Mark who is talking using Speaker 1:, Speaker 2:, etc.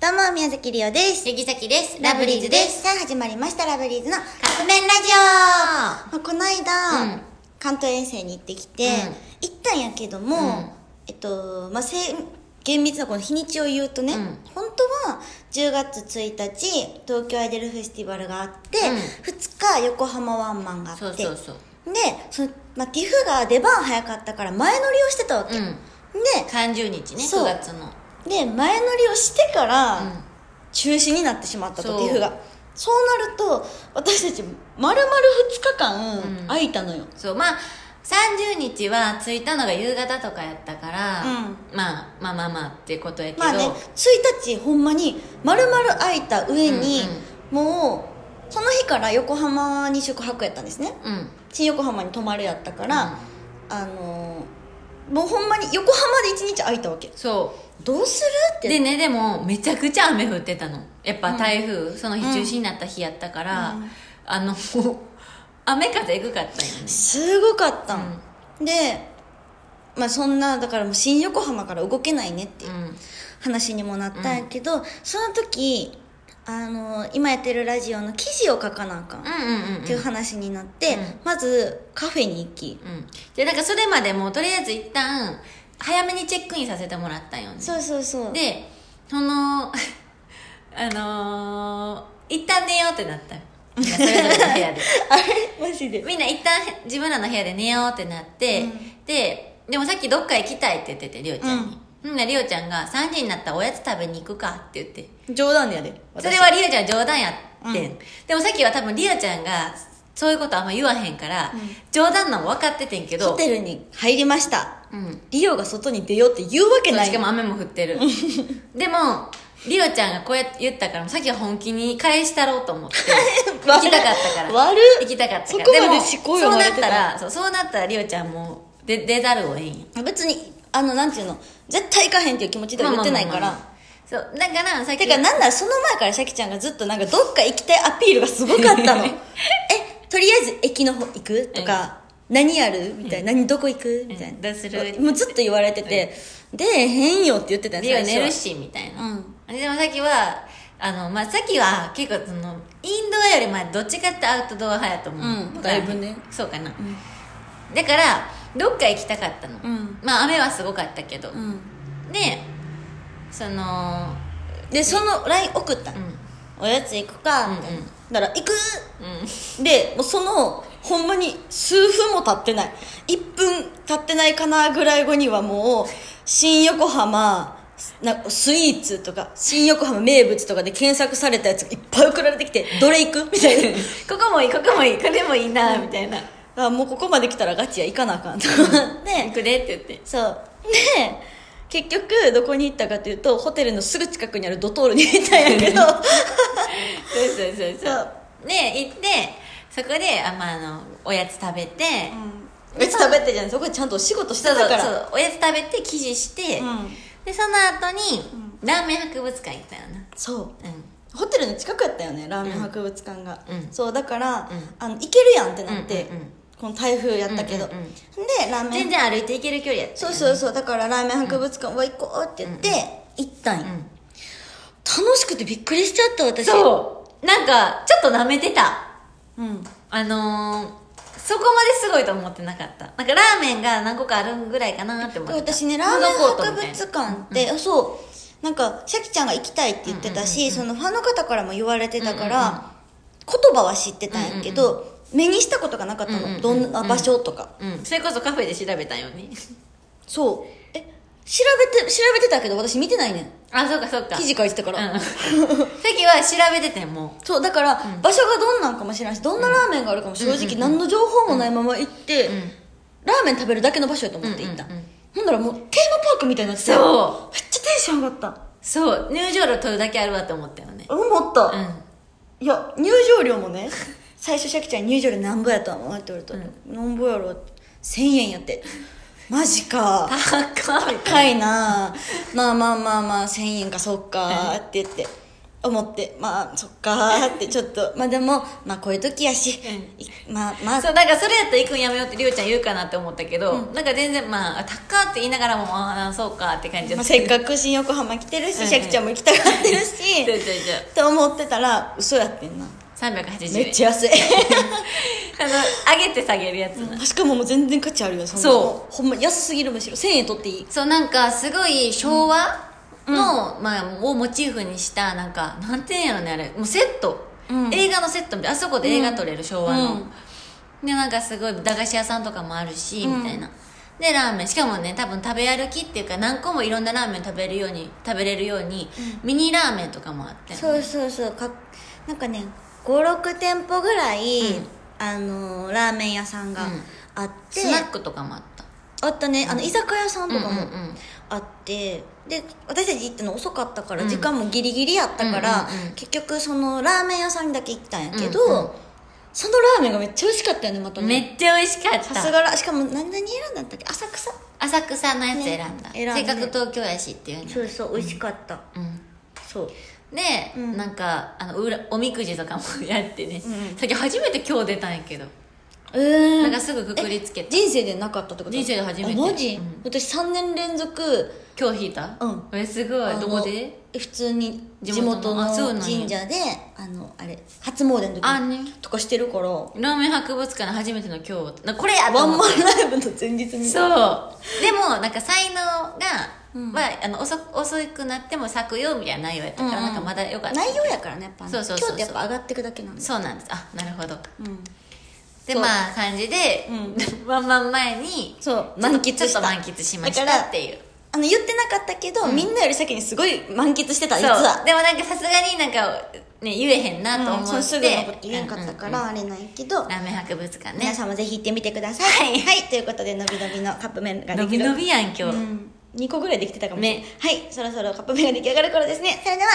Speaker 1: どうも、宮崎りおです。
Speaker 2: 杉崎です。
Speaker 1: ラ
Speaker 2: ラ
Speaker 1: ブ
Speaker 2: ブ
Speaker 1: リ
Speaker 2: リ
Speaker 1: ー
Speaker 2: ー
Speaker 1: ズ
Speaker 2: ズ
Speaker 1: で。
Speaker 2: ですす。
Speaker 1: さあ、始まりました、ラブリーズの、ま
Speaker 2: カップ麺ラジ
Speaker 1: あ、この間、
Speaker 2: うん
Speaker 1: 関東遠征に行ってきて、
Speaker 2: うん
Speaker 1: 行ったんやけども、
Speaker 2: うん
Speaker 1: えっと、まあ、せい厳密なこの日にちを言うとね、
Speaker 2: うん
Speaker 1: 本当は10月1日、東京アイドルフェスティバルがあって、
Speaker 2: うん
Speaker 1: 2日、横浜ワンマンがあって、
Speaker 2: そうそうそう。
Speaker 1: で、その、まあ、ティフが出番早かったから前乗りをしてたわけ。
Speaker 2: うん。
Speaker 1: で、
Speaker 2: 30日ね、
Speaker 1: そう
Speaker 2: 9月の。
Speaker 1: で前乗りをしてから、
Speaker 2: うん
Speaker 1: 中止になってしまったと
Speaker 2: そう
Speaker 1: ティフがそうなると私たち丸々2日間
Speaker 2: うん
Speaker 1: 空いたのよ、
Speaker 2: そう、まあ、30日は着いたのが夕方とかやったから、
Speaker 1: う
Speaker 2: まあまあまあまあってことやけど、
Speaker 1: まあね1日ほんまに丸々空いた上に、もうその日から横浜に宿泊やったんですね
Speaker 2: うん。
Speaker 1: 新横浜に泊まるやったから、あのーもうほんまに横浜で1日空いたわけ
Speaker 2: そ
Speaker 1: どうするっ
Speaker 2: う。
Speaker 1: て
Speaker 2: でね、でも、めちゃくちゃ雨降ってたの。やっぱ台風、その日中止になった日やったから、あの、 もう雨風エグかったよね。
Speaker 1: すごかったん、で、まあ、そんなだからもう新横浜から動けないねっていう
Speaker 2: うん。
Speaker 1: 話にもなったんやけど、その時あの今やってるラジオの記事を書かなあかんっ
Speaker 2: うんうんうんうん
Speaker 1: ていう話になって、
Speaker 2: うん
Speaker 1: まずカフェに行き、
Speaker 2: うん、でなんかそれまでもうとりあえず一旦早めにチェックインさせてもらったんよね
Speaker 1: そうそうそう
Speaker 2: でその あのー、一旦寝ようってなったよみんなそれぞれの部 屋で
Speaker 1: あれマジで
Speaker 2: みんな一旦自分らの部屋で寝ようってなって、
Speaker 1: うん
Speaker 2: ででもさっきどっか行きたいって言っててりおちゃんに、ほんならりおちゃんが3時になったらおやつ食べに行くかって言って
Speaker 1: 冗談でやで
Speaker 2: それはりおちゃん冗談やってん、
Speaker 1: うん
Speaker 2: でもさっきは多分りおちゃんがそういうことあんま言わへんから、冗談なん分かっててんけど
Speaker 1: ホテルに入りました
Speaker 2: うん
Speaker 1: リオが外に出ようって言うわけ
Speaker 2: そう
Speaker 1: ない
Speaker 2: しかも雨も降っ てるでもリオちゃんがこうやって言ったからさっきは本気に返したろうと思って 行きたかったから
Speaker 1: 悪っ
Speaker 2: 行きたかった
Speaker 1: そこ
Speaker 2: から
Speaker 1: まで
Speaker 2: も
Speaker 1: 思考読まれて
Speaker 2: そうなったらそうそうなったらリオちゃんも出出ざるをえんや
Speaker 1: 別にあのなんていうの絶対行かへんっていう気持ちでは言ってないから、
Speaker 2: まあまあまあまあそうだからさっき
Speaker 1: てかなんならその前からシャキちゃんがずっとなんかどっか行きたいアピールがすごかった のえとりあえず駅の方行くとか、何やるみたいな、何どこ行くみたいな、
Speaker 2: うんどうする
Speaker 1: もうずっと言われてて、出えへんよって言ってたん
Speaker 2: リオ寝るしみたいな、でもさっきはあのまあさっきは結構そのインドアよりまあどっちかってアウトドア派やと思う、
Speaker 1: うんだいぶね
Speaker 2: そうかな、だからどっか行きたかったの、
Speaker 1: うん
Speaker 2: まあ雨はすごかったけど、
Speaker 1: うん
Speaker 2: でその
Speaker 1: でその LINE 送ったの、おやつ行くかみたいな、
Speaker 2: うんうん
Speaker 1: だから行く
Speaker 2: う
Speaker 1: でもうそのほんまに数分も経ってない1分経ってないかなぐらい後にはもう新横浜なスイーツとか新横浜名物とかで検索されたやつがいっぱい送られてきてどれ行くみたいな
Speaker 2: ん、 ここもいいここもいいこれもいいなみたいな「
Speaker 1: あ もうここまで来たらガチや行かなあかんと で
Speaker 2: 行くで」って言って
Speaker 1: そうで結局どこに行ったかというとホテルのすぐ近くにあるドトールに行ったんやけど
Speaker 2: そうそうそう
Speaker 1: そ
Speaker 2: そうで行ってそこであ、まあ、あのおやつ食べて、
Speaker 1: 別に食べてじゃないそこでちゃんとお仕事してたから
Speaker 2: そうそうおやつ食べて記事して、
Speaker 1: うん
Speaker 2: でその後に、ラーメン博物館行ったよな
Speaker 1: そう
Speaker 2: うん
Speaker 1: ホテルの近くやったよねラーメン博物館が、
Speaker 2: うん
Speaker 1: そうだから、
Speaker 2: うん
Speaker 1: あの行けるやんってなって、
Speaker 2: うんうんうん
Speaker 1: この台風やったけど、
Speaker 2: うんうんうん
Speaker 1: でラーメ
Speaker 2: 全
Speaker 1: ン
Speaker 2: 然歩いて行ける距離やった
Speaker 1: そうそうそうだからラーメン博物館は行こうって言って、行ったんよ、
Speaker 2: ん
Speaker 1: 楽しくてびっくりしちゃった私
Speaker 2: そうなんかちょっと舐めてた
Speaker 1: う、うん、
Speaker 2: あのー、そこまですごいと思ってなかったなんかラーメンが何個かあるぐらいかなって思っ
Speaker 1: で
Speaker 2: てた
Speaker 1: 私ねラーメン
Speaker 2: フードコー
Speaker 1: 博
Speaker 2: トみたいな
Speaker 1: 物館って、あそうなんかシャキちゃんが行きたいって言ってたし、そのファンの方からも言われてたから、言葉は知ってたんやけど、目にしたことがなかったの、
Speaker 2: うんうんうん
Speaker 1: どんな場所とか、
Speaker 2: うん、それこそカフェで調べたんよ ね
Speaker 1: そうえ調べて調べてたけど私見てないねん
Speaker 2: あそうかそうか
Speaker 1: 記事書いてたから、
Speaker 2: うん席は調べててんも
Speaker 1: そうだから、場所がどんなんかも知らんしどんなラーメンがあるかも正直何の情報もないまま行って、
Speaker 2: ん
Speaker 1: ラーメン食べるだけの場所やと思って行った、
Speaker 2: うんうんうん
Speaker 1: ほんならもうテーマパークみたいになってて
Speaker 2: そ
Speaker 1: めっちゃテンション上がった
Speaker 2: うそう入場料取るだけあるわって思ったよね
Speaker 1: 思った、
Speaker 2: う
Speaker 1: いや入場料もね 最初シャキちゃん入場料なんぼやと思うって言われたら、なんぼやろって1000円やってマジか
Speaker 2: ん高い
Speaker 1: 高いなあまあまあまあまあ1000円かそっかって言って思ってまあそっかーってちょっとまあでもまあこういう時やし、いまあまあ
Speaker 2: そうだからそれやったら行くんやめようってりゅうちゃん言うかなって思ったけど、なんか全然まあ「タッカー」って言いながらも「ああそうか」って感じだ
Speaker 1: まあ
Speaker 2: った
Speaker 1: せっか
Speaker 2: く
Speaker 1: く新横浜来てるし、
Speaker 2: うん
Speaker 1: シャキちゃんも行きたがってるし
Speaker 2: じゃあじゃあじゃあ
Speaker 1: と思ってたら嘘やってんな
Speaker 2: 380円
Speaker 1: めっちゃ安い
Speaker 2: あの上げて下げるやつな、
Speaker 1: しかももう全然価値あるよそんな
Speaker 2: そ
Speaker 1: ほんま安すぎるむしろ1000円取っていい
Speaker 2: そうなんかすごい昭和の、まあ、をモチーフにしたなんかなんていうんやろねあれもうセット、
Speaker 1: うん
Speaker 2: 映画のセットみたいなあそこで映画撮れる、昭和の、
Speaker 1: うん
Speaker 2: でなんかすごい駄菓子屋さんとかもあるし、
Speaker 1: うん
Speaker 2: みたいなでラーメンしかもね多分食べ歩きっていうか何個もいろんなラーメン食べるように食べれるように、ミニラーメンとかもあって
Speaker 1: そうそうそうかなんかね56店舗ぐらい、あのーラーメン屋さんが
Speaker 2: うん
Speaker 1: あって、
Speaker 2: スナックとかもあった
Speaker 1: あったねあの居酒屋さんとかも
Speaker 2: うんうんうん
Speaker 1: あって、で私たち行ったの遅かったから、
Speaker 2: うん
Speaker 1: 時間もギリギリやったから、
Speaker 2: うんうんうん
Speaker 1: 結局そのラーメン屋さんにだけ行ったんやけど、
Speaker 2: うんうん
Speaker 1: そのラーメンがめっちゃ美味しかったよねまたね
Speaker 2: めっちゃ美味しかった
Speaker 1: さすがらしかも何何選んだんだっけ浅草
Speaker 2: 浅草のやつ選ん
Speaker 1: ね
Speaker 2: だ、
Speaker 1: 選んで
Speaker 2: せっかく東京やしっていうね
Speaker 1: そうそう美味しかった、
Speaker 2: うん
Speaker 1: そう
Speaker 2: で、
Speaker 1: うん
Speaker 2: なんかあの裏おみくじとかもやってね、
Speaker 1: うんうん
Speaker 2: さっき初めて今日出たんやけど、
Speaker 1: うん
Speaker 2: なんかすぐくくりつけて
Speaker 1: 人生でなかったってこと
Speaker 2: 人生で初めて
Speaker 1: あマジ、
Speaker 2: うん
Speaker 1: 私3年連続
Speaker 2: 今日引いた、
Speaker 1: うん
Speaker 2: えすご
Speaker 1: あ
Speaker 2: い
Speaker 1: の
Speaker 2: どこで
Speaker 1: 普通に地
Speaker 2: 地
Speaker 1: 元
Speaker 2: 元の
Speaker 1: の
Speaker 2: あそうなんや
Speaker 1: 神社であのあれ初詣の時
Speaker 2: あね
Speaker 1: とかしてるからワ
Speaker 2: ラーメン博物館の初めての今日なこれやと
Speaker 1: ン
Speaker 2: 思
Speaker 1: マ
Speaker 2: っ
Speaker 1: ン
Speaker 2: て
Speaker 1: ライブの前日に
Speaker 2: そうでもなんか才能が、はあの遅く遅くなっても咲くよみたいな内容やったから、
Speaker 1: うんうん
Speaker 2: なんかまだよかった
Speaker 1: 内容やからねやっぱね
Speaker 2: そうそうそうそ
Speaker 1: 今
Speaker 2: う
Speaker 1: 日ってやっぱ上がってくだけなんで
Speaker 2: そうなんですあなるほど
Speaker 1: うん
Speaker 2: で
Speaker 1: そう
Speaker 2: まあ感じで、 ワンマン前に
Speaker 1: そう
Speaker 2: ちょっと
Speaker 1: 満喫した
Speaker 2: ちょっと満喫しまし
Speaker 1: だから
Speaker 2: たっていう
Speaker 1: あの言ってなかったけど、みんなより先にすごい満喫してた実
Speaker 2: そ
Speaker 1: は
Speaker 2: うでもなんかさすがになんかね言えへんなと思
Speaker 1: うん
Speaker 2: って、
Speaker 1: そうすぐのこと言えんかったか
Speaker 2: うん
Speaker 1: らあれないけど、
Speaker 2: うんラーメン博物館
Speaker 1: 皆
Speaker 2: ね
Speaker 1: さんもぜひ行ってみてください
Speaker 2: はい
Speaker 1: ということでのびのびのカップ麺がで
Speaker 2: 伸
Speaker 1: き
Speaker 2: び
Speaker 1: る
Speaker 2: 伸びやん今日、
Speaker 1: うん、2個ぐらいできてたかもしれない
Speaker 2: ね
Speaker 1: はいそろそろカップ麺が出来上がる頃ですねそれでは